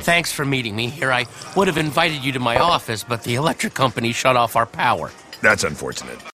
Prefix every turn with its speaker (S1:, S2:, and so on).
S1: Thanks for meeting me here. I would have invited you to my office, but the electric company shut off our power.
S2: That's unfortunate.